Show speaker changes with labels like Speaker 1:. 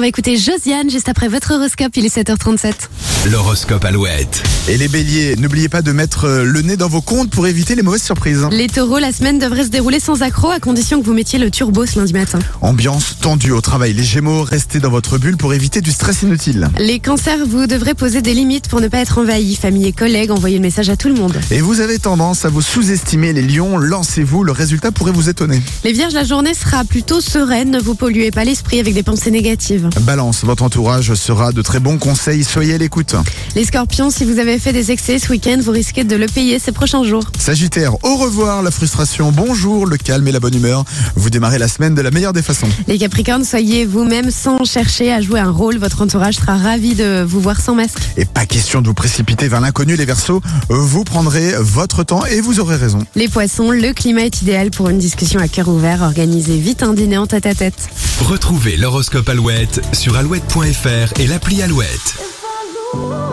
Speaker 1: va écouter Josiane juste après votre horoscope. Il est 7h37.
Speaker 2: L'horoscope Alouette.
Speaker 3: Et les béliers, n'oubliez pas de mettre euh, le nez dans vos comptes pour éviter les mauvaises surprises. hein.
Speaker 1: Les taureaux, la semaine devrait se dérouler sans accroc à condition que vous mettiez le turbo ce lundi matin.
Speaker 3: Ambiance tendue au travail. Les gémeaux, restez dans votre bulle pour éviter du stress inutile.
Speaker 1: Les cancers, vous devrez poser des limites pour ne pas être envahi. Famille et collègues, envoyez le message à tout le monde.
Speaker 3: Et vous avez tendance à vous sous-estimer, les lions, lancez-vous, le résultat pourrait vous étonner.
Speaker 1: Les vierges, la journée sera plutôt sereine. Ne vous polluez pas l'esprit avec des pensées négatives.
Speaker 3: Balance, votre entourage sera de très bons conseils, soyez à l'écoute.
Speaker 1: Les scorpions, si vous avez fait des excès ce week-end, vous risquez de le payer ces prochains jours.
Speaker 3: Sagittaire, au revoir la frustration, bonjour le calme et la bonne humeur. Vous démarrez la semaine de la meilleure des façons.
Speaker 1: Les Capricornes, soyez vous-même sans chercher à jouer un rôle. Votre entourage sera ravi de vous voir sans masque.
Speaker 3: Et pas question de vous précipiter vers l'inconnu, les versos, vous prendrez votre temps et vous aurez raison.
Speaker 1: Les poissons, le climat est idéal pour une discussion à cœur ouvert. Organisez vite un dîner en tête-à-tête.
Speaker 2: Retrouvez l'horoscope Alouette sur alouette.fr et l'appli Alouette.
Speaker 4: If I lose